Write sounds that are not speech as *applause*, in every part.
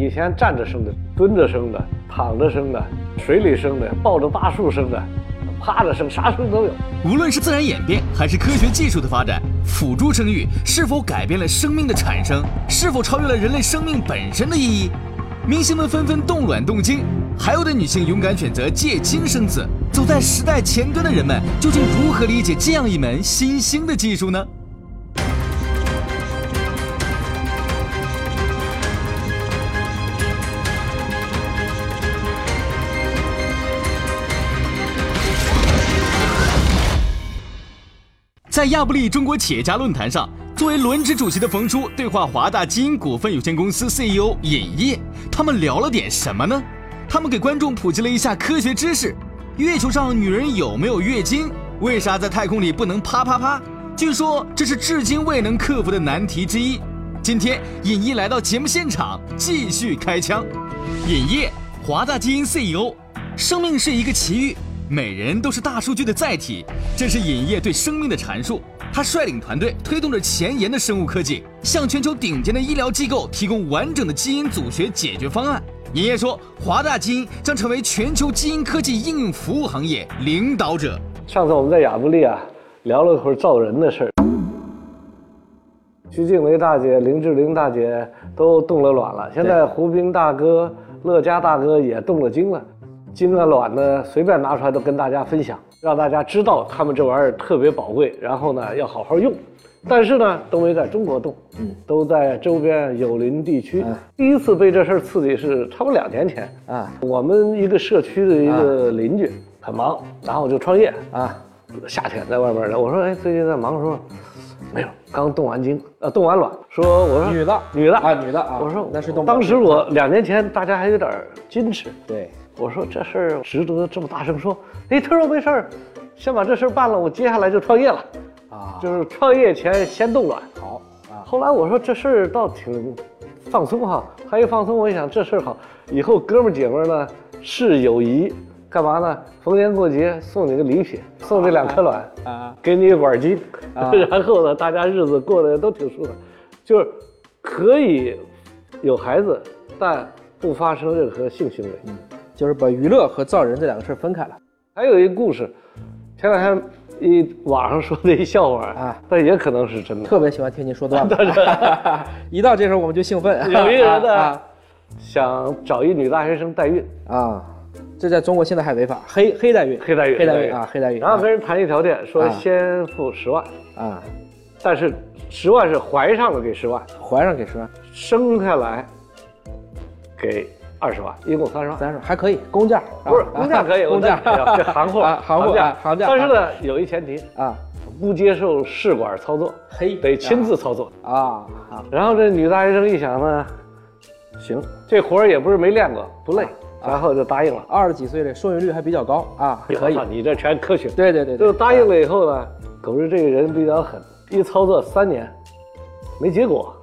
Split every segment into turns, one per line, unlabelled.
以前站着生的、蹲着生的、躺着生的、水里生的、抱着大树生的、趴着生，啥生都有。
无论是自然演变还是科学技术的发展，辅助生育是否改变了生命的产生？是否超越了人类生命本身的意义？明星们纷纷冻卵冻精，还有的女性勇敢选择借精生子。走在时代前端的人们，究竟如何理解这样一门新兴的技术呢？在亚布力中国企业家论坛上，作为轮值主席的冯叔对话华大基因股份有限公司 CEO 尹烨，他们聊了点什么呢？他们给观众普及了一下科学知识：月球上女人有没有月经？为啥在太空里不能啪啪啪？据说这是至今未能克服的难题之一。今天尹烨来到节目现场，继续开枪。尹烨，华大基因 E CEO，生命是一个奇遇，每人都是大数据的载体，这是尹烨对生命的阐述。他率领团队推动着前沿的生物科技，向全球顶尖的医疗机构提供完整的基因组学解决方案。尹烨说，华大基因将成为全球基因科技应用服务行业领导者。
上次我们在亚布力啊聊了会儿造人的事儿，徐静蕾大姐、林志玲大姐都冻了卵了，现在胡兵大哥、乐嘉大哥也冻了精了，精啊卵呢随便拿出来都跟大家分享，让大家知道他们这玩意儿特别宝贵，然后呢要好好用。但是呢，都没在中国动，嗯，都在周边有邻地区。第一次被这事儿刺激是差不多两年前
啊，
我们一个社区的一个邻居很忙，然后就创业啊，夏天在外面儿，我说哎，最近在忙，说没有，刚动完经，呃，动完卵，说我说
女的
女的
啊，女的啊，
我说
那是动物
当时我两年前大家还有点儿矜持，
对，
我说这事儿值得这么大声说？哎，他说没事儿，先把这事儿办了，我接下来就创业了。
啊
就是创业前先冻卵。
好啊，
后来我说这事儿倒挺放松哈，他一放松，我一想这事儿好，以后哥们儿姐们儿呢是友谊，干嘛呢？逢年过节送你个礼品，送你两颗卵
啊，
给你一管金，
啊
*laughs* 然后呢，大家日子过得都挺舒坦，就是可以有孩子，但不发生任何性行为。
嗯就是把娱乐和造人这两个事儿分开了。
还有一个故事，前两天一网上说的一笑话
啊，
但也可能是真的。
特别喜欢听您说段子， *laughs* 一到这时候我们就兴奋。
*laughs* 有一个人呢
啊，
想找一女大学生代孕，
啊啊，这在中国现在还违法，黑黑代孕，
黑代孕
黑
黑
代
代
孕
孕
啊，黑代孕。
然后跟人谈一条件，说
啊
先付十万，
啊，
但是十万是怀上了给十万，
怀上给十万，
生下来给二十万，一共三十万。
三十万还可以，公价
不是
啊
工价可
*laughs*
以，我
公价
再讲这行货
啊，行货啊行价。
但是呢，有一前提，
啊，
不接受试管操作，
嘿
得亲自操作。
啊啊，
然后这女大学生一想呢，行，这活儿也不是没练过，不累，然后就答应了。
二十几岁的受孕率还比较高啊，可以
我操。你这全科学。
对对对，
就
对
答应了以后呢，狗日这个人比较狠，一操作三年，没结果，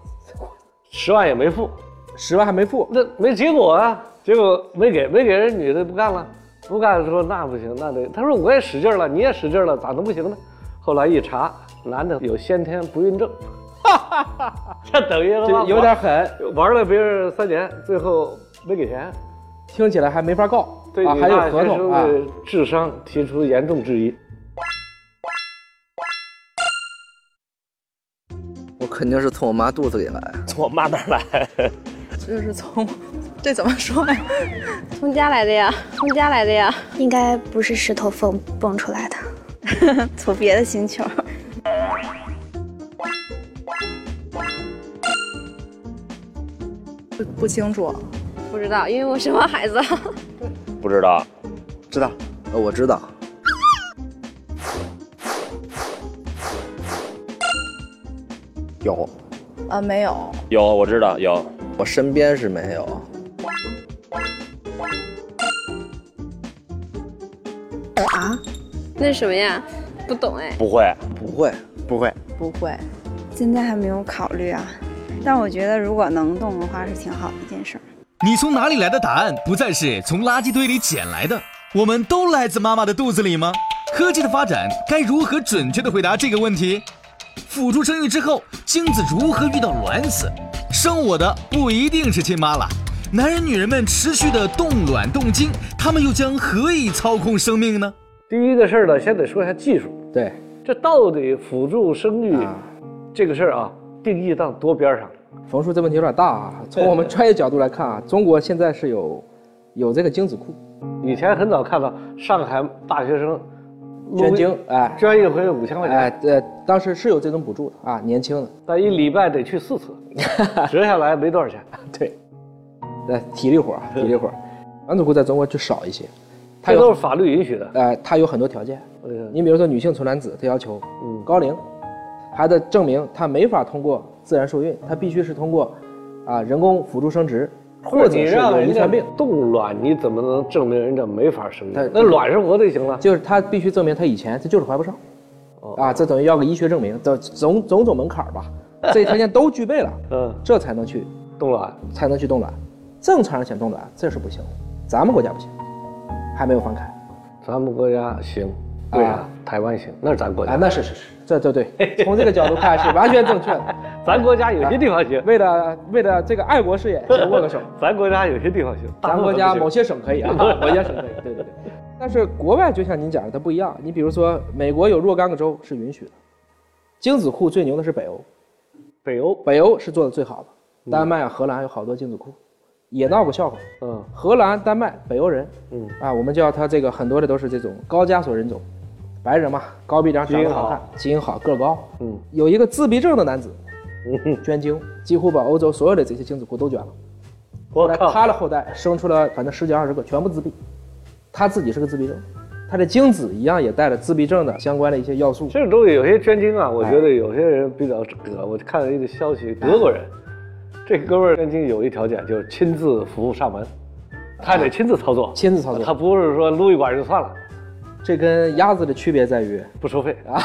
十万也没付，
十万还没付，
那没结果啊，结果没给，没给人女的不干了，不干说那不行，那得，他说我也使劲了，你也使劲了，咋能不行呢？后来一查，男的有先天不孕症， *laughs* 这等于他妈
这有点狠，
玩了别人三年，最后没给钱，
听起来还没法告，
对
啊，
女
还有
大
合
学
同
生
啊。
的智商提出严重质
*laughs*
疑。
我肯定是从我妈肚子里来。
我妈那儿来，
就是从，这怎么说呀？从家来的呀，从家来的呀，
应该不是石头缝蹦出来的。
从别的
*laughs*
星球。不不清楚，不知道，因为我是完孩子。
不知道，
知道，呃，我知道。有，
呃，没有，
有我知道有，
我身边是没
*laughs*
有。
那什么呀？不懂哎。
不会，
不会，不会。
不会，
现在还没有考虑啊，但我觉得如果能动的话是挺好的一件事儿。
你从哪里来的答案，不再是从垃圾堆里捡来的。我们都来自妈妈的肚子里吗？科技的发展该如何准确的回答这个问题？辅助生育之后，精子如何遇到卵子？生我的不一定是亲妈了，男人女人们持续的冻卵冻精，他们又将何以操控生命呢？
第一个事儿呢，先得说一下技术，
对，
这到底辅助生育
啊
这个事儿啊，定义到多边儿上了。
冯叔这问题有点大啊。从我们专业角度来
*laughs*
看啊，中国现在是有有这个精子库
以前很早看到上海大学生
捐精，哎
捐一回五千块钱，
哎，对，当时是有这种补助的啊，年
*laughs*
轻的，
但一礼拜得去四
*laughs*
次，折下来没多少钱。
对，呃，体力活儿，体力活儿，男子库在中国就少一些，它
这都
有
是法律允许的。
呃，它有很多条件，
嗯
你比如说女性纯卵子，它要求
嗯
高龄，还得证明它没法通过自然受孕，它必须是通过啊人工辅助生殖，
或
或
者
者
你
是
让
有遗
人家
传病，
冻卵，你怎么能证明人家没法生育
对？
那卵是活的行了。
就是它必须证明它以前它就是怀不上，
哦
啊，这等于要个医学证明，这种种种门槛儿吧，这些条件都具备了，
嗯，
这才能去
冻卵
才能去冻卵，正常人想冻卵这是不行，咱们国家不行，还没有放开
咱们国家行，为啥
啊？
台湾行，那是咱国
啊，
家。
那是是是，这这对，从这个角度看是完全正确的，
咱国家有些地方行，
为了为了这个爱国事业先握个 *laughs* 手。
咱国家有些地方行，大
咱
部
国
分
家
不行
某些省可 *laughs* 以啊，某些省可以，对对对。但是国外就像您讲的，它不一样。你比如说，美国有若干个州是允许的，精子库最牛的是北欧，
北欧，
北欧是做的最好的，丹麦啊、荷兰有好多精子库，也闹过笑话。
嗯
荷兰、丹麦、北欧人，
嗯，
啊，我们叫他这个很多的都是这种高加索人种，白人嘛，高鼻梁，长得好看，基因好，个儿高。
嗯，
有一个自闭症的男子，捐精，几乎把欧洲所有的这些精子库都捐了。后
我
来
靠，
他的后代生出了反正十几二十个，全部自闭，他自己是个自闭症，他的精子一样也带了自闭症的相关的一些要素。
这种东西有些捐
哎
精啊，我觉得有些人比较葛。我看了一个消息，德国人，这哥们儿捐精有一条件，就是亲自服务上门，他得亲自操作，
啊亲自操作
他不是说撸一管就算了，
这跟鸭子的区别在于
不收费啊，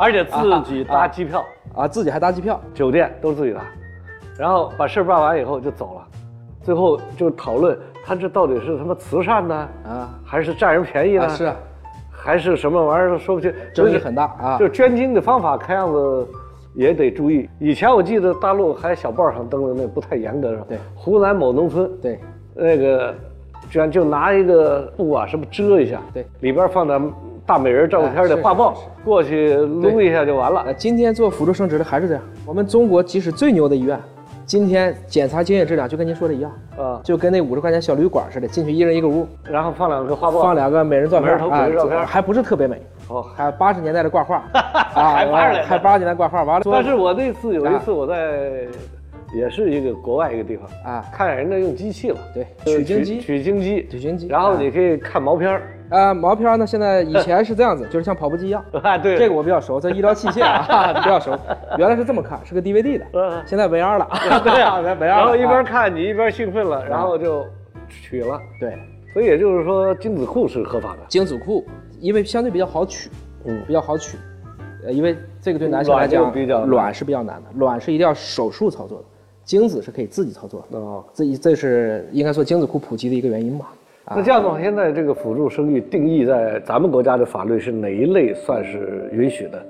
而且自己搭机票、
啊，自己还搭机票，
酒店都自己搭，然后把事儿办完以后就走了，最后就讨论他这到底是他妈慈善呢，
啊
还是占人便宜呢？
啊是啊，
还是什么玩意儿说不清，
争议很大啊
就捐精的方法，看样子也得注意。以前我记得大陆还小报上登的那不太严格是吧？
对
湖南某农村，
对，
那个居然就拿一个布啊什么遮一下，
对
里边放点大美人照片
哎
的
是
画报
是是，
过去撸一下就完了
呃，。今天做辅助生殖的还是这样。我们中国即使最牛的医院，今天检查精液质量就跟您说的一样，
啊，
就跟那五十块钱小旅馆似的，进去一人一个屋，
然后放两个画报，
放两个啊美人照
美人
片
头美人照片
啊还不是特别美，
哦。
还八十年代的挂画，
*laughs*
啊，
还80年代
还八十年代挂画，完了，
但是我那次有一次我在，也是一个国外一个地方，
啊，
看人家用机器了，
对，
就是
取精机，
取精机，
取精机啊
然后你可以看毛片儿，
呃，毛片儿呢，现在以前是这样子，就是像跑步机一样。
*laughs* 啊，对，
这个我比较熟，这医疗器械
*laughs*
啊比较熟。原来是这么看，是个 DVD
嗯
的，现在 VR 了，对啊，VR 了。
然后一边
啊
看你一边兴奋了，然后就取了。
对
所以也就是说，精子库是合法的。
精子库，因为相对比较好取，
嗯
比较好取，呃，因为这个对男性来讲
卵就比较，难
卵是比较难的，卵是一定要手术操作的，精子是可以自己操作的。
哦，
这这是应该说精子库普及的一个原因吧。
那这样的话，现在这个辅助生育定义在咱们国家的法律是哪一类算是允许的？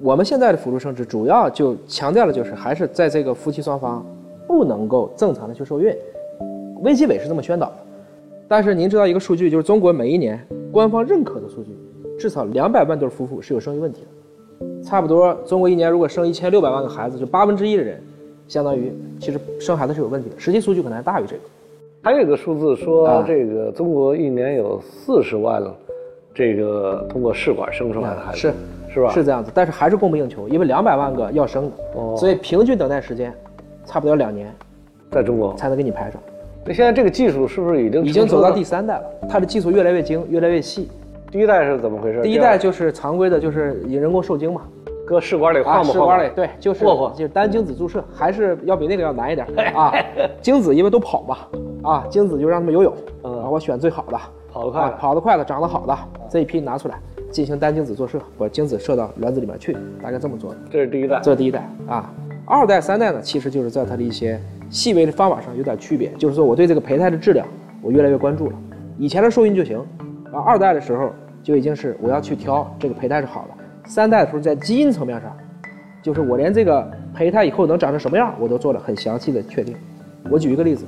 我们现在的辅助生殖主要就强调的就是还是在这个夫妻双方不能够正常的去受孕，卫计委是这么宣导的。但是您知道一个数据，就是中国每一年官方认可的数据，至少两百万对夫妇是有生育问题的，差不多中国一年如果生一千六百万个孩子，就八分之一的人，相当于其实生孩子是有问题的，实际数据可能还大于这个。
还有一个数字说
啊，
这个中国一年有四十万这个通过试管生出来的孩子，
是
是吧？
是这样子，但是还是供不应求，因为两百万个要生的，
哦
所以平均等待时间差不多两年
在中国，
才能给你排上。
那现在这个技术是不是已经
已经走
成熟
到
了
第三代了，它的技术越来越精，越来越细。
第一代是怎么回事？
第一代就是常规的，就是以人工受精嘛，
搁试管里
啊，
晃吧
试
晃吧
管里，对，就是
霍霍
就是单精子注射，还是要比那个要难一点啊。精子因为都跑嘛，啊，精子就让他们游泳，
嗯
啊，我选最好的，
跑得快的
啊跑得快的，长得好的这一批拿出来进行单精子注射，把精子射到卵子里面去，大概这么做的。
这是第一代。
这是第一代啊。二代、三代呢，其实就是在它的一些细微的方法上有点区别，就是说我对这个胚胎的质量我越来越关注了。以前的受孕就行，啊，二代的时候就已经是我要去挑这个胚胎是好的，三代的时候在基因层面上，就是我连这个胚胎以后能长成什么样我都做了很详细的确定。我举一个例子，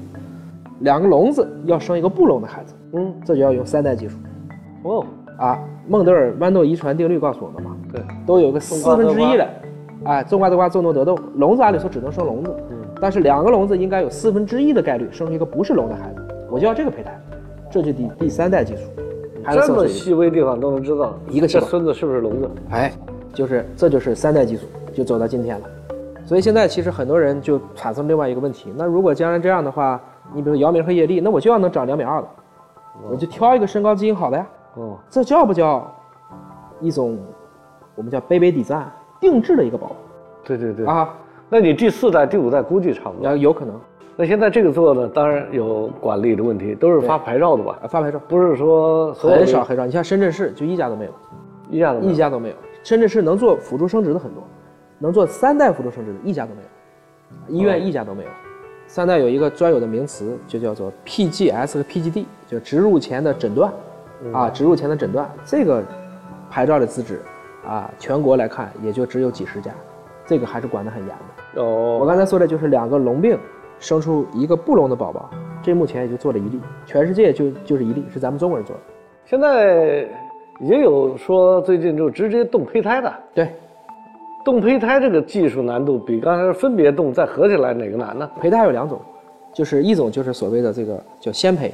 两个聋子要生一个不聋的孩子，
嗯，
这就要用三代技术
哦，
啊。孟德尔豌豆遗传定律告诉我们嘛，
对，
都有个
种
四
瓜
分之
得瓜
一的，哎，种瓜得瓜，种豆得豆。聋子按理说只能生聋子，
嗯
但是两个聋子应该有四分之一的概率生出一个不是聋的孩子，我就要这个胚胎，这就第第三代技术。还有
哦这么
色素
细微地方都能知道，
一个细
这
胞
孙子是不是聋子？
哎，就是这就是三代技术，就走到今天了。所以现在其实很多人就产生另外一个问题：那如果将来这样的话，你比如说姚明和叶莉，那我就要能长两米二的，我就挑一个身高基因好的呀。
哦，
这叫不叫一种我们叫 baby design 定制的一个宝
对对对
宝。啊？
那你第四代、第五代估计差不多。
要有可能
那现在这个做呢，当然有管理的问题，都是发牌照的吧？
啊，发牌照
不是说所有的
很少很少。你像深圳市就一家都没有，
一家都没有
一家都没有。深圳市能做辅助生殖的很多，能做三代辅助生殖的一家都没有，医院一家都没有。三代有一个专有的名词，就叫做 PGS 和 PGD，就植入前的诊断，啊，植入前的诊断，这个牌照的资质，啊，全国来看也就只有几十家，这个还是管得很严的。我
哦，
刚才说的就是两个聋病生出一个不聋的宝宝，这目前也就做了一例，全世界就就是一例，是咱们中国人做的。
现在也有说最近就直接动胚胎的，
对，
动胚胎这个技术难度比刚才分别动再合起来哪个难呢？
胚胎有两种，就是一种就是所谓的这个叫先胚，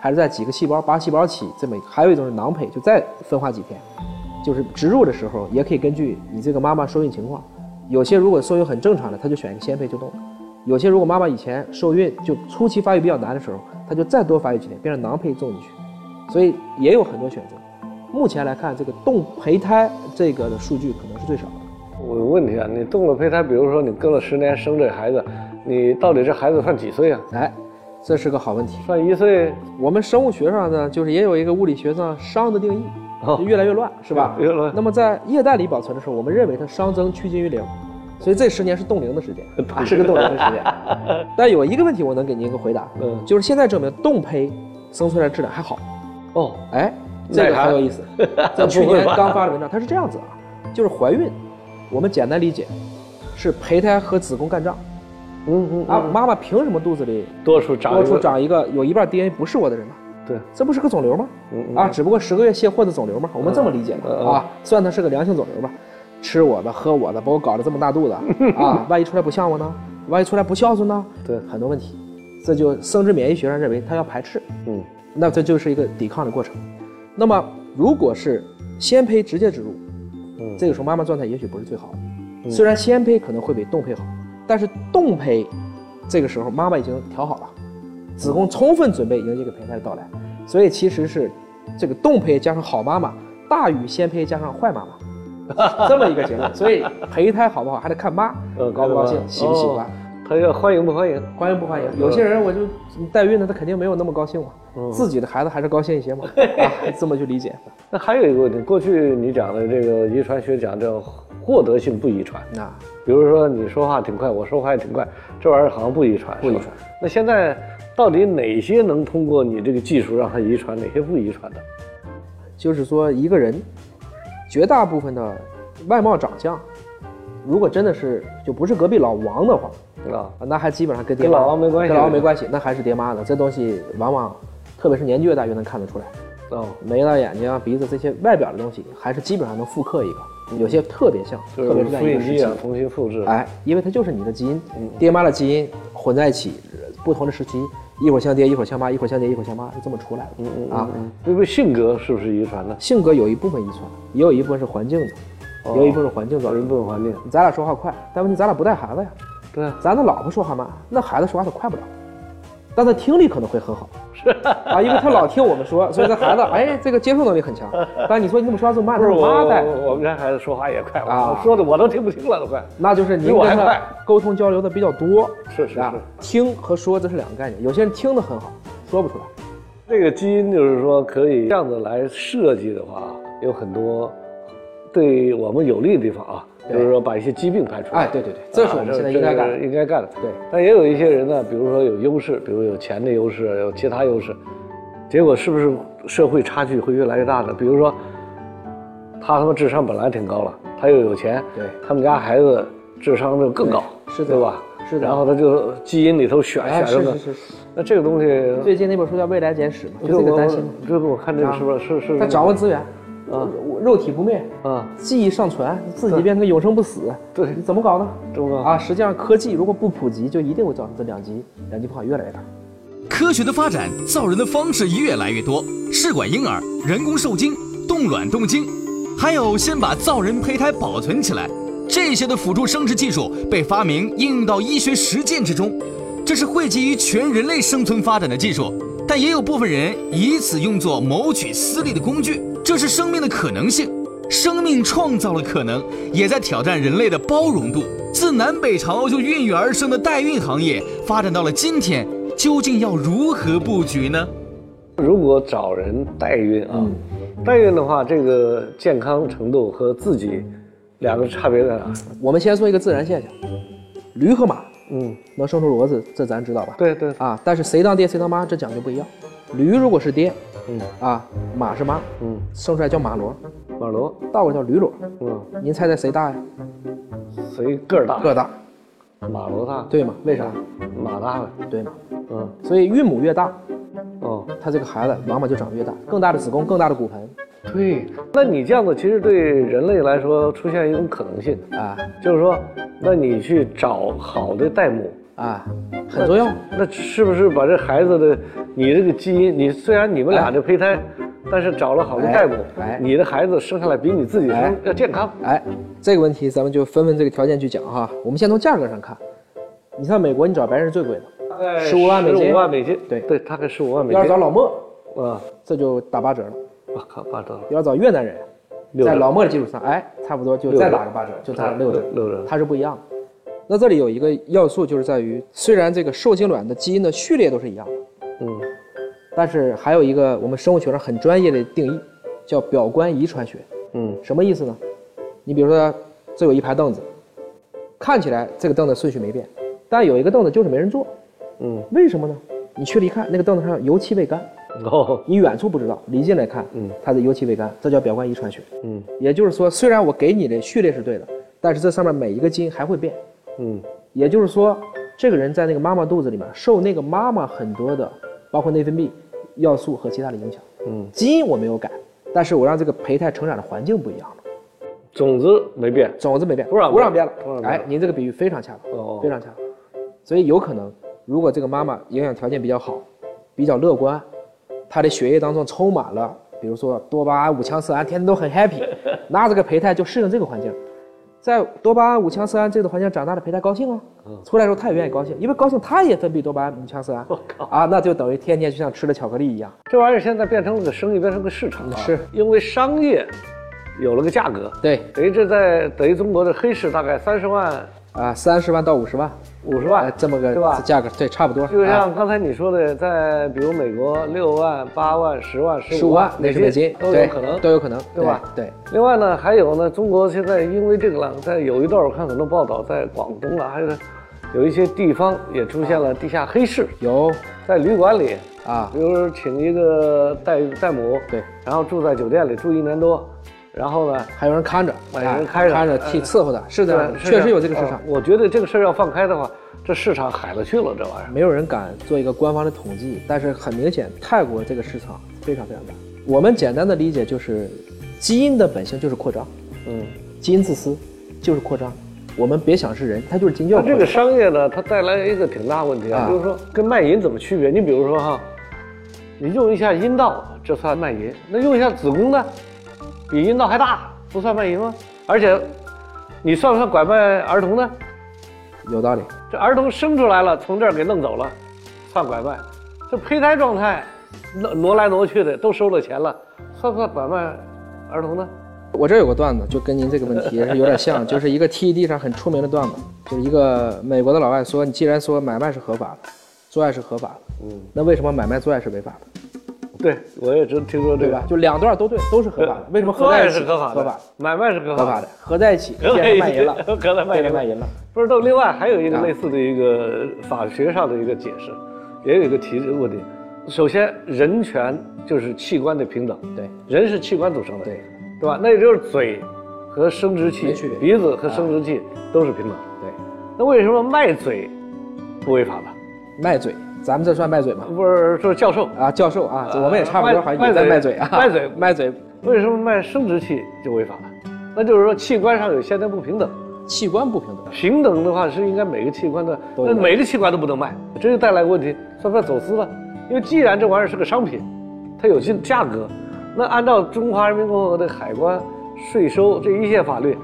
还是在几个细胞拔细胞起这么一个；还有一种是囊胚，就再分化几天。就是植入的时候，也可以根据你这个妈妈受孕情况，有些如果受孕很正常的，她就选一个先胚就动；有些如果妈妈以前受孕就初期发育比较难的时候，她就再多发育几天，变成囊胚种进去。所以也有很多选择。目前来看，这个动胚胎这个的数据可能是最少的。
我有问题啊，你动了胚胎，比如说你跟了十年生这孩子，你到底这孩子算几岁啊？
哎，这是个好问题。
算一岁
我们生物学上呢，就是也有一个物理学上熵的定义，
哦
就越来越乱，是吧？
*laughs* 越来越乱
那么在液氮里保存的时候，我们认为它熵增趋近于零，所以这十年是冻龄的
*laughs*
时间，啊，是个冻龄的时间。但有一个问题，我能给您一个回答，
嗯
就是现在证明冻胚生出来质量还好。
哦，
哎，
那
这个
还
很有
*laughs*
意思。在去年刚发的文章，它是这样子啊，就是怀孕，我们简单理解是胚胎和子宫干仗
嗯嗯
啊
啊，，
妈妈凭什么肚子里
多出长
多
一
出
个，
长一个有一半 DNA 不是我的人呢？
对，
这不是个肿瘤吗？啊，只不过十个月卸货的肿瘤嘛，我们这么理解的、
嗯嗯嗯
啊，算它是个良性肿瘤吧。吃我的，喝我的，把我搞得这么大肚子
*laughs*
啊，万一出来不像我呢？万一出来不孝顺呢？
对
很多问题，这就生殖免疫学上认为它要排斥，
嗯，
那这就是一个抵抗的过程。那么如果是先胚直接植入，
嗯
这个时候妈妈状态也许不是最好的，虽然先胚可能会比冻胚好，但是冻胚这个时候妈妈已经调好了，子宫充分准备迎接这个胚胎的到来，所以其实是这个冻胚加上好妈妈大于先胚加上坏妈妈， *laughs* 这么一个
*laughs*
结论。所以胚胎好不好还得看妈
嗯
呃高不高兴
看妈，
喜不喜欢
哦，嗯他要欢迎不欢迎？
欢迎不欢迎。有些人我就你代孕的，他肯定没有那么高兴嘛，
嗯
自己的孩子还是高兴一些
*laughs*
嘛，啊，这么去理解。
那还有一个问题，过去你讲的这个遗传学讲叫获得性不遗传，
那
比如说你说话挺快，我说话也挺快，这玩意儿好像不遗传，不
遗传。
那现在到底哪些能通过你这个技术让它遗传，哪些不遗传的？
就是说一个人绝大部分的外貌长相，如果真的是就不是隔壁老王的话，
啊，
啊那还基本上跟爹妈
跟老王没关系
跟老王没关系，那还是爹妈的。这东西往往，特别是年纪越大越能看得出来，
哦，
眉了、眼睛啊、鼻子这些外表的东西，还是基本上能复刻一个，有些特别像，
嗯就
特别
是
是在
复
一
印
个时
机
期
啊，，嗯重新复制。
哎，因为它就是你的基因，爹妈的基因混在一起，不同的时期，一会儿像爹，一会儿像妈，一会儿像爹，一会儿像妈，是这么出来的，嗯嗯啊。
因为性格是不是遗传的？
性格有一部分遗传，也有一部分是环境的，
哦
也有一部分是环境造
造
成
成
的。
不同环境。
咱俩说话快，但问题咱俩不带孩子呀。
对啊，
咱的老婆说话慢，那孩子说话他快不了，但他听力可能会很好。是啊，因为他老听我们说，所以这孩子哎，这个接受能力很强。但你说你怎么说话这么慢？
不
他
是
是
我
妈带的，
我我们家孩子说话也快，
啊
我说的我都听不清了，都快。
那就是
比
您
我
跟
还快
他沟通交流的比较多。
是是
吧
是
听和说这是两个概念。有些人听的很好，说不出来。
这个基因就是说可以这样子来设计的话，有很多对我们有利的地方啊，就
对
是说把一些疾病排除。啊
哎，对对对，这是我们现在应该干
这
的。
是应该干的。
对，
但也有一些人呢，比如说有优势，比如有钱的优势，有其他优势，结果是不是社会差距会越来越大呢？比如说，他他妈智商本来挺高了，他又有钱，
对
他们家孩子智商就更高，
对是的
对吧？
是的
然后他就基因里头选
哎，
选
是
了
是
个，
是是。
那这个东西，
最近那本书叫《未来简史》嘛，
就
就这个
我
担心嘛。
就我看这个是不是是是嗯
他掌握资源，啊，肉体不灭，
啊？
记忆上传，自己变成永生不死，
对
你怎么搞呢？
这么高
啊，实际上科技如果不普及，就一定会造成这两极两极分化越来越大。
科学的发展造人的方式越来越多，试管婴儿、人工受精、冻卵冻精，还有先把造人胚胎保存起来，这些的辅助生殖技术被发明应用到医学实践之中，这是惠及于全人类生存发展的技术。但也有部分人以此用作谋取私利的工具，这是生命的可能性。生命创造了可能，也在挑战人类的包容度。自南北朝就孕育而生的代孕行业，发展到了今天，究竟要如何布局呢？
如果找人代孕啊，
嗯
代孕的话，这个健康程度和自己两个差别在哪？
我们先说一个自然现象，驴和马
嗯，
能生出骡子，这咱知道吧？
对对，
啊，但是谁当爹谁当妈，这讲究不一样。驴如果是爹，
嗯
啊，马是妈，
嗯，
生出来叫马骡，
马龙，
倒过来叫驴骡。
嗯，
您猜猜谁大呀？
谁个儿大？
个大，
马龙大，
对吗？为啥？
马大呗，
对吗？
嗯，
所以孕母越大，
哦，
他这个孩子往往就长得越大，更大的子宫，更大的骨盆
对，那你这样子其实对人类来说出现一种可能性，
啊
就是说，那你去找好的代母，
啊，很重要。
那是不是把这孩子的你这个基因，你虽然你们俩这胚胎，但是找了好的代母，
哎哎
你的孩子生下来比你自己
哎
生要健康。
哎，这个问题咱们就分分这个条件去讲哈。我们先从价格上看，你像美国，你找白人是最贵的，
大概
15万美哎金
十五万美金，
对
对，大概十五万美
要是找
金。
老莫，
啊，
这就打八折了；
我靠，八折了，
要是找越南人，
六
在
折
老莫的基础上，哎，差不多就
六折
再打个八折，就打了六折，
六折
它是不一样的。那这里有一个要素就是在于，虽然这个受精卵的基因的序列都是一样的，
嗯，
但是还有一个我们生物学上很专业的定义，叫表观遗传学。
嗯，
什么意思呢？你比如说，这有一排凳子，看起来这个凳子顺序没变，但有一个凳子就是没人坐，
嗯，
为什么呢？你去了一看，那个凳子上油漆未干，
哦，
你远处不知道，离近来看，
嗯，
它的油漆未干，这叫表观遗传学。
嗯
也就是说，虽然我给你的序列是对的，但是这上面每一个基因还会变。
嗯
也就是说，这个人在那个妈妈肚子里面受那个妈妈很多的，包括内分泌要素和其他的影响。
嗯，
基因我没有改，但是我让这个胚胎成长的环境不一样了，
种子没变，
种子没变，
土壤
土壤变了。
土壤变了
哎，您这个比喻非常恰当，
哦
非常恰当。所以有可能，如果这个妈妈营养条件比较好，比较乐观，她的血液当中充满了，比如说多巴胺、五羟色胺，天天都很 happy，那这
*laughs*
个胚胎就适应这个环境。在多巴胺、五羟色胺这个环境长大的胚胎高兴啊，
嗯
出来的时候他也愿意高兴，因为高兴他也分泌多巴胺、五羟色
*laughs* 哦
胺，啊，那就等于天天就像吃了巧克力一样。
这玩意儿现在变成了个生意，变成个市场了，
是
因为商业有了个价格，
对，
等于这在等于中国的黑市大概三十万、
啊，三十万到五十万，
五十
呃
万
这么个
对吧？
价格，对，差不多。
就
啊
像刚才你说的，在比如美国六万、八万、十万、
十
五
五万
万，
那是美金，
都有
对
可能，
都有可能，
对吧
对，
另外呢，还有呢，中国现在因为这个浪，在有一段我看很多报道，在广东啊，还有有一些地方也出现了地下黑市，
有
在旅馆里，
啊
比，如说请一个代代母，
对，
然后住在酒店里住一年多，然后呢，
还有人看着，
哎有人
啊
看着
看着替
哎
伺候的，是这样的，
是
确实有这个市场
哦。我觉得这个事儿要放开的话，这市场海了去了，这玩意儿。
没有人敢做一个官方的统计，但是很明显，泰国这个市场非常非常大。我们简单的理解就是，基因的本性就是扩张，
嗯，
基因自私就是扩张。我们别想是人，它就是基因就
它
要扩
这
张。
个商业呢，它带来一个挺大问题啊，
啊
就是说跟卖淫怎么区别？你比如说哈，你用一下阴道，这算卖淫；那用一下子宫呢，比阴道还大，不算卖淫吗？而且，你算不算拐卖儿童呢？
有道理，
这儿童生出来了，从这儿给弄走了，算拐卖；这胚胎状态，挪挪来挪去的，都收了钱了，算不算拐卖儿童呢？
我这儿有个段子，就跟您这个问题是有点
*laughs*
像，就是一个 TED 上很出名的段子，就是一个美国的老外说：“你既然说买卖是合法的，做爱是合法的，嗯，那为什么买卖做爱是违法的？
对，我也知听说这
对
个
吧。？就两段都对，都是合法的，为什么合
做
在
爱
一起
是合法
合
的，
法
买卖是合
合
法
法的，合在
*laughs*
一起
合
变
在一
成
起
卖淫了，
合在卖淫
变成
了
卖淫了。
不是，到另外还有一个
啊
类似的一个法学上的一个解释，也有一个提这个问题。首先，人权就是器官的平等，
对
人是器官组成的，
对
对吧？那也就是嘴和生殖器
没区别，啊
鼻子和生殖器都是平等。
对，
那为什么卖嘴不违法吧？
卖嘴，咱们这算卖嘴吗？
不是，这是教授，
啊，教授啊，我们也差不多，好像
呃卖
也在
卖
卖嘴啊，
卖嘴
卖嘴，
为什么卖生殖器就违法了？那就是说器官上有先天不平等，
器官不平等，
平等的话是应该每个器官的，
都
那
有
每个器官都不能卖，这就带来个问题，算不算走私了？因为既然这玩意儿是个商品，它有进价格，那按照中华人民共和国的海关、税收这一切法律，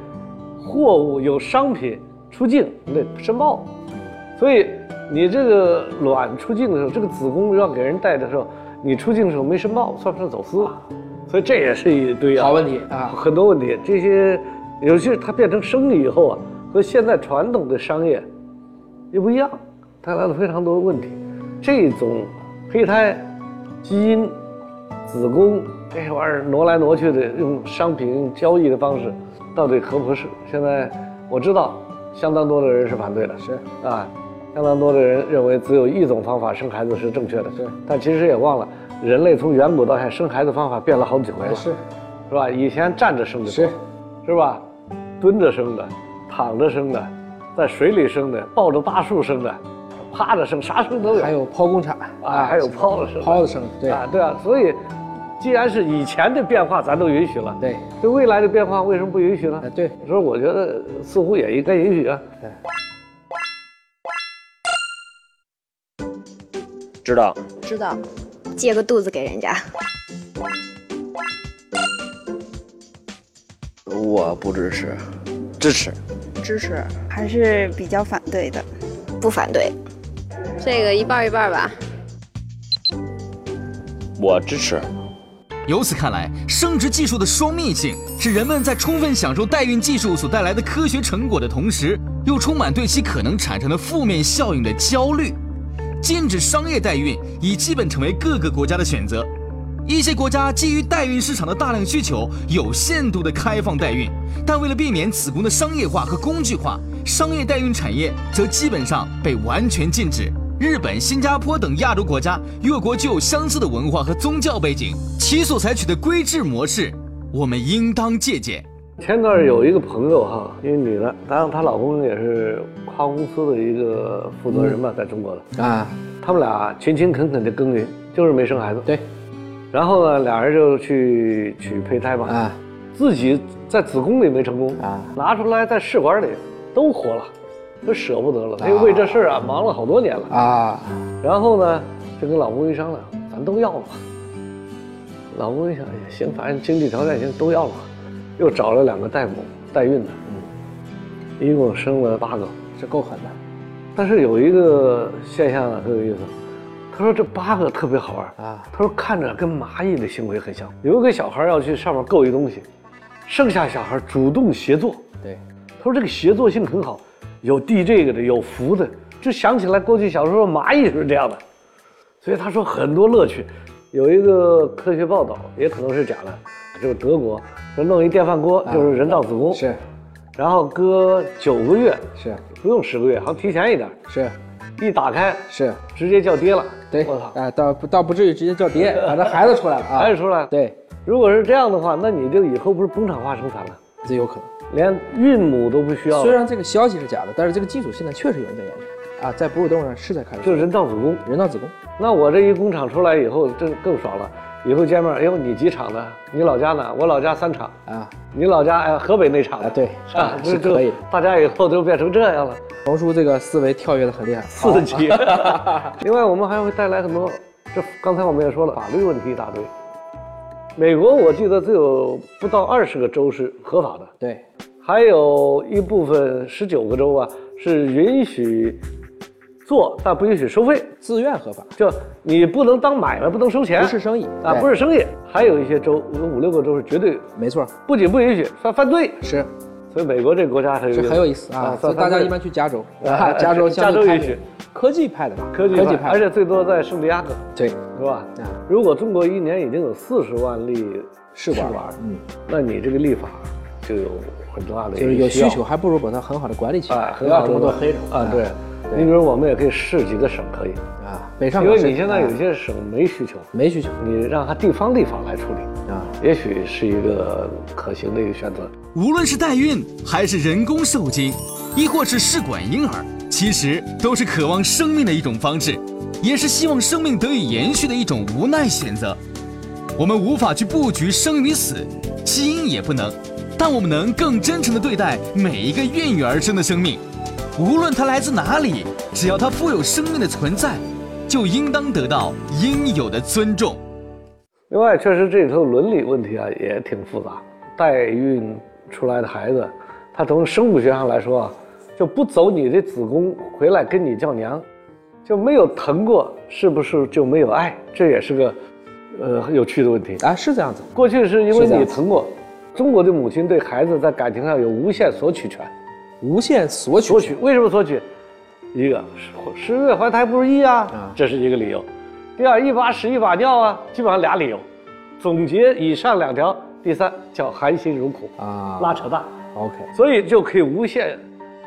货物有商品出境你得申报，所以你这个卵出境的时候，这个子宫要给人带的时候，你出境的时候没申报，算不算走私？所以这也是一堆啊
好问题啊，
很多问题，这些尤其是它变成生意以后啊，和现在传统的商业又不一样，带来了非常多的问题。这种胚胎、基因、子宫这些玩意儿挪来挪去的，用商品用交易的方式，到底合不合适？现在我知道，相当多的人是反对的，
是
啊，相当多的人认为只有一种方法生孩子是正确的，
是
但其实也忘了，人类从远古到现在生孩子方法变了好几回了，
哎是
是吧？以前站着生的
是
多，是吧？蹲着生的，躺着生的，在水里生的，抱着大树生的，趴着生，啥生都有。
还有剖宫产
啊，还有泡着生的，
抛的生，对
啊，对啊。所以，既然是以前的变化咱都允许了，
对，
对未来的变化为什么不允许呢
哎？对，
所以我觉得似乎也应该允许啊。
知道，
知道，
借个肚子给人家，
我不支持，支持。
支持。
还是比较反对的。
不反对。
这个一半儿一半儿吧。
我支持。
由此看来，生殖技术的双面性是人们在充分享受代孕技术所带来的科学成果的同时，又充满对其可能产生的负面效应的焦虑。禁止商业代孕已基本成为各个国家的选择。一些国家基于代孕市场的大量需求，有限度的开放代孕，但为了避免子宫的商业化和工具化，商业代孕产业则基本上被完全禁止。日本、新加坡等亚洲国家，各国具有相似的文化和宗教背景，其所采取的规制模式，我们应当借鉴。
前段儿有一个朋友哈，一个女的，当然她老公也是跨国公司的一个负责人吧，在中国的，
啊，
他们俩勤勤恳恳的耕耘，就是没生孩子。
对
然后呢，俩人就去取胚胎嘛，
啊
自己在子宫里没成功，
啊
拿出来在试管里都活了，都舍不得了。他又为这事儿啊忙了好多年了。
啊，
然后呢，就跟老公一商量，咱都要了吧。老公一想也行，反正经济条件行，都要了吧。又找了两个代母代孕的，
嗯
一共生了八个。
这够狠的
但是有一个现象啊，特有意思。他说这八个特别好玩啊，
啊，
他说看着跟蚂蚁的行为很像。有一个小孩要去上面够一东西，剩下小孩主动协作。
对，
他说这个协作性很好，有递这个的，有扶的，就想起来过去小时候蚂蚁是这样的，所以他说很多乐趣。有一个科学报道，也可能是假的，就是德国说弄一电饭锅就是人造子宫，
啊是
然后搁九个月，
是
不用十个月，好像提前一点，
是
一打开
是，
直接叫爹了。
对，
我操，
啊，倒不倒不至于直接叫爹，反正孩子出来了
还
啊
是，出来了。
对，
如果是这样的话，那你就以后不是工厂化生产了，
这有可能。
连孕母都不需要
虽
了，
然这个消息是啊假的，但是这个技术现在确实有人在研究啊，在哺乳动物上是在开始
就是人造子宫。
人造子宫，
那我这一工厂出来以后，这更爽了。以后见面，哎呦，你几厂的？你老家哪？我老家三厂。
啊
你老家哎，河北那厂的。
啊，对，
啊，
是
这
可以的。
大家以后都变成这样了，
冯叔这个思维跳跃的很厉害，啊
刺激。另外，我们还会带来很多，这刚才我们也说了，法律问题一大堆。美国我记得只有不到二十个州是合法的，
对，
还有一部分十九个州啊是允许做，但不允许收费，
自愿合法，
就你不能当买卖，不能收钱，
不是生意
啊，
对
不是生意。还有一些州，有五六个州是绝对
没错，
不仅不允许，算犯罪。
是
所以美国这个国家很有
是
意思
很有意思啊。
算
所以大家
犯罪
一般去加州，
*laughs* 啊
加州
加
相
州
对
允
开
许
明科技派的吧，
科技派，而
派
且最多在圣地亚哥，
对
是吧？
啊
如果中国一年已经有四十万例
试管
试
儿，嗯，
那你这个立法就有很大的
就是有需
要
求，还不如把它很好的管理起
啊
来，，
很
不
好
要
的
这么多黑手
啊。对，你比如我们也可以试几个省可以，
啊，北上
因
广
为
深
你现在
啊
有些省没需求，
没需求
你让它地方立法来处理，
啊，
也许是一个可行的一个选择。
无论是代孕，还是人工受精，亦或是试管婴儿，其实都是渴望生命的一种方式，也是希望生命得以延续的一种无奈选择。我们无法去布局生与死，基因也不能，但我们能更真诚地对待每一个孕育而生的生命，无论它来自哪里，只要它富有生命的存在，就应当得到应有的尊重。
另外，确实这里头伦理问题啊也挺复杂。代孕出来的孩子，他从生物学上来说啊，就不走你的子宫回来跟你叫娘，就没有疼过，是不是就没有爱？这也是个，呃，有趣的问题。
啊，是这样子。
过去是因为
是这样
你
子
疼过，中国的母亲对孩子在感情上有无限索取权。
无限索取，
索取，为什么索取？一个十十月怀胎不是一啊，这是一个理由。第二，一把屎一把尿啊，基本上俩理由。总结以上两条，第三叫含辛茹苦
啊
拉扯大，
OK，
所以就可以无限，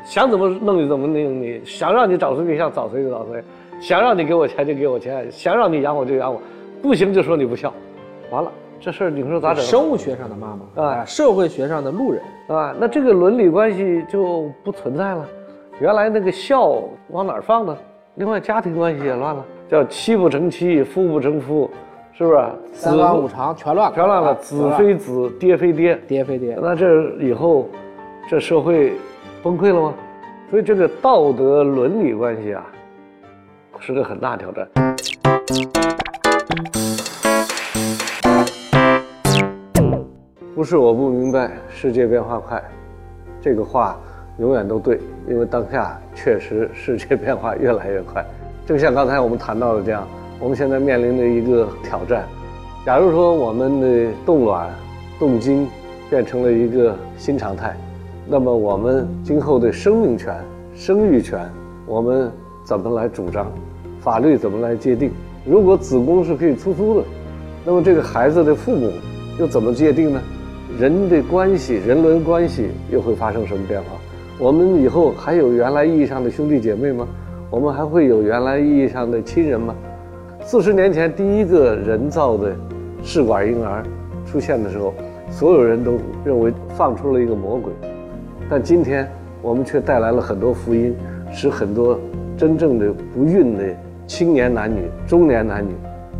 想怎么弄你怎么弄你，想让你找谁对象找谁就找谁，想让你给我钱就给我钱，想让你养我就养我，不行就说你不孝，完了这事儿你说咋整？
生物学上的妈妈
啊
啊，社会学上的路人，
啊，那这个伦理关系就不存在了。原来那个孝往哪儿放呢？另外，家庭关系也乱了，叫妻不成妻，夫不成夫，是不是？啊子
三纲五常全乱了，
全乱了，
啊
子非子，爹非爹。
爹非爹，
那这以后，这社会崩溃了吗？所以这个道德伦理关系啊，是个很大挑战。不是我不明白，世界变化快，这个话永远都对，因为当下确实世界变化越来越快。就像刚才我们谈到的这样，我们现在面临的一个挑战，假如说我们的冻卵、冻精变成了一个新常态，那么我们今后的生命权、生育权，我们怎么来主张？法律怎么来界定？如果子宫是可以出租的，那么这个孩子的父母又怎么界定呢？人的关系、人伦关系又会发生什么变化？我们以后还有原来意义上的兄弟姐妹吗？我们还会有原来意义上的亲人吗？四十年前第一个人造的试管婴儿出现的时候，所有人都认为放出了一个魔鬼，但今天我们却带来了很多福音，使很多真正的不孕的青年男女、中年男女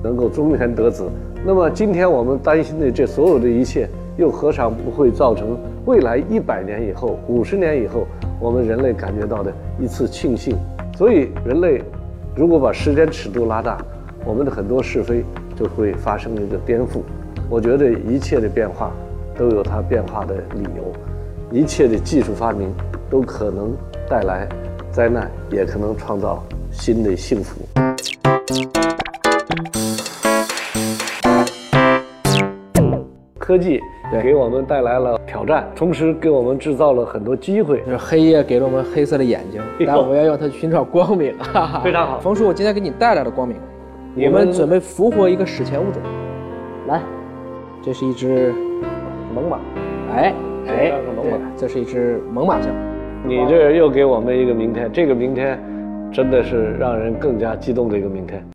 能够中年得子。那么今天我们担心的这所有的一切，又何尝不会造成未来一百年以后、五十年以后，我们人类感觉到的一次庆幸？所以，人类如果把时间尺度拉大，我们的很多是非就会发生一个颠覆。我觉得一切的变化都有它变化的理由，一切的技术发明都可能带来灾难，也可能创造新的幸福。科技
对
给我们带来了挑战，同时给我们制造了很多机会
就。是黑夜给了我们黑色的眼睛，但我们要用它去寻找光明。 *laughs* 哈哈
哎非常好
冯叔，我今天给你带来了光明。
你
我
们
们准备俘获一个史前物种，来，这是一只，
猛犸，
哎哎
这是猛犸，
对这是一只猛犸象。
你这又给我们一个明天，这个明天真的是让人更加激动的一个明天。